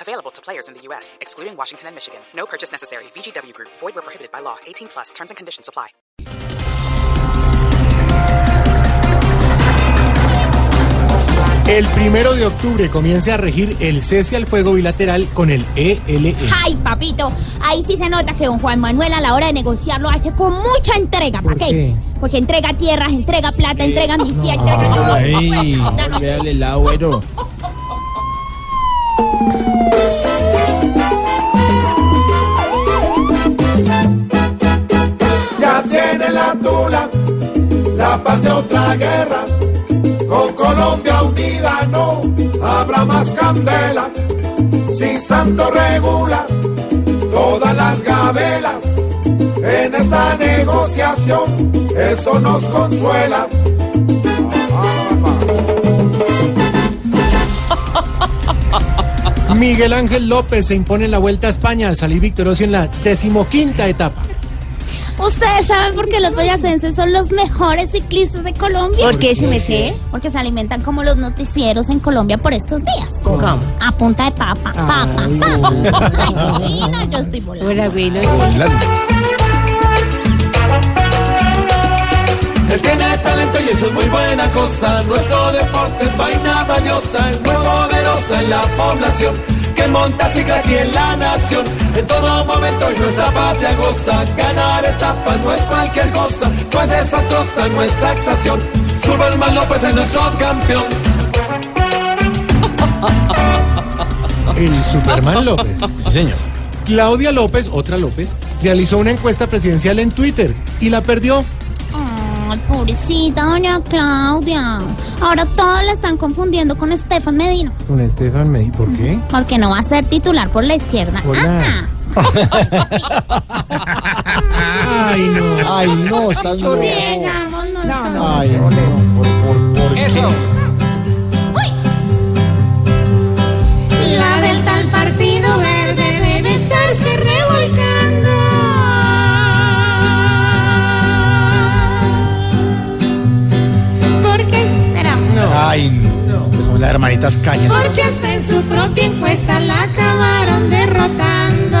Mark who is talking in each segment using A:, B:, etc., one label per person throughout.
A: Available to players in the U.S., excluding Washington and Michigan. No purchase necessary. VGW Group, void were prohibited by law. 18 plus terms and conditions apply.
B: El primero de octubre comienza a regir el cese al fuego bilateral con el E ELN.
C: Ay, papito, ahí sí se nota que don Juan Manuel a la hora de negociarlo hace con mucha entrega. ¿Para
B: ¿Por qué?
C: Porque entrega tierras, entrega plata, entrega amnistía, entrega todo.
D: Ay, véale el lado bueno.
E: Ya tiene la tula, la paz de otra guerra. Con Colombia unida no habrá más candela. Si Santo regula todas las gabelas, en esta negociación eso nos consuela. Ah,
B: Miguel Ángel López se impone en la Vuelta a España al salir victorioso en la decimoquinta etapa.
C: Ustedes saben por qué los boyacenses son los mejores ciclistas de Colombia. ¿Por qué, si me sé? Porque se alimentan como los noticieros en Colombia por estos días. ¿Con A punta de papa, papa, papa. Ay, divina, yo estoy volando.
E: Él tiene talento y eso es muy buena cosa. Nuestro deporte es vaina valiosa, es muy poderosa en la población. Que monta cicla aquí en la nación. En todo momento y nuestra patria goza. Ganar etapas no es cualquier cosa, no es desastrosa nuestra actuación. Superman López es nuestro campeón.
B: El Superman López.
D: Sí, señor.
B: Claudia López, otra López, realizó una encuesta presidencial en Twitter y la perdió.
C: Ay, pobrecita doña Claudia. Ahora todos la están confundiendo con Estefan Medina.
B: Con Estefan me ¿por qué?
C: Porque no va a ser titular por la izquierda.
B: Hola. Ay, no.
D: Ay, no, estás no.
C: Llegamos nosotros.
D: Ay, no. Eso.
C: La del tal partido verde debe estarse revolcando. Porque será.
D: Ay, no. Las hermanitas callen.
C: Porque hasta en su propia encuesta la acabaron derrotando.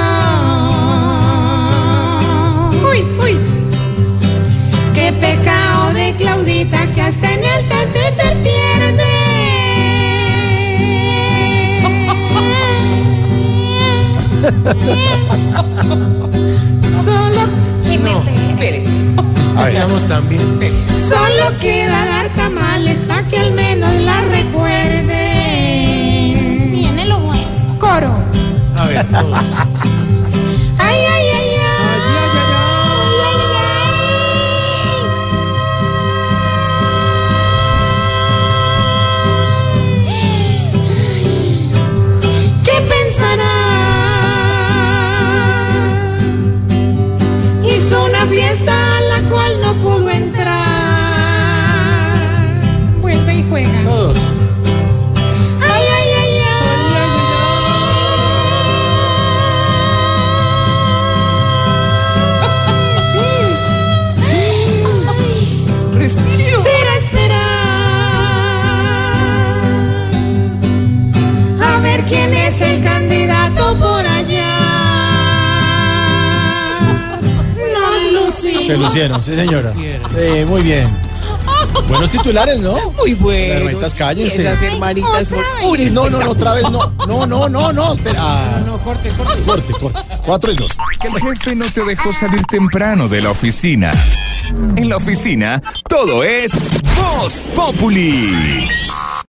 C: Uy, uy. Qué pecado de Claudita que hasta en el Twitter pierde. Solo
B: Ay, Estamos también.
C: Solo queda dar tamales pa' que al menos la recuerde. Viene lo bueno. Coro.
B: A ver, todos.
C: Ay, ay, ay, ay. ¿Qué pensará? Hizo una fiesta a la cual no pudo entrar. Vuelve y juega.
B: Todos.
C: Ay, ay, ay, ay. Respiro. Será esperar. A ver quién es el candidato por allá. Nos lucimos.
D: Se lucieron, sí, señora. Eh, muy bien. Buenos titulares, ¿no?
F: Muy bueno.
D: Las hermanitas, cállense.
F: Esas hermanitas son
C: otra vez.
F: un
D: No, no, no, otra vez no. No, no, no, no. Espera. Ah,
B: No, corte, corte.
D: corte, corte. Cuatro y dos.
G: que el jefe no te dejó salir temprano de la oficina. En la oficina, todo es Voz Populi.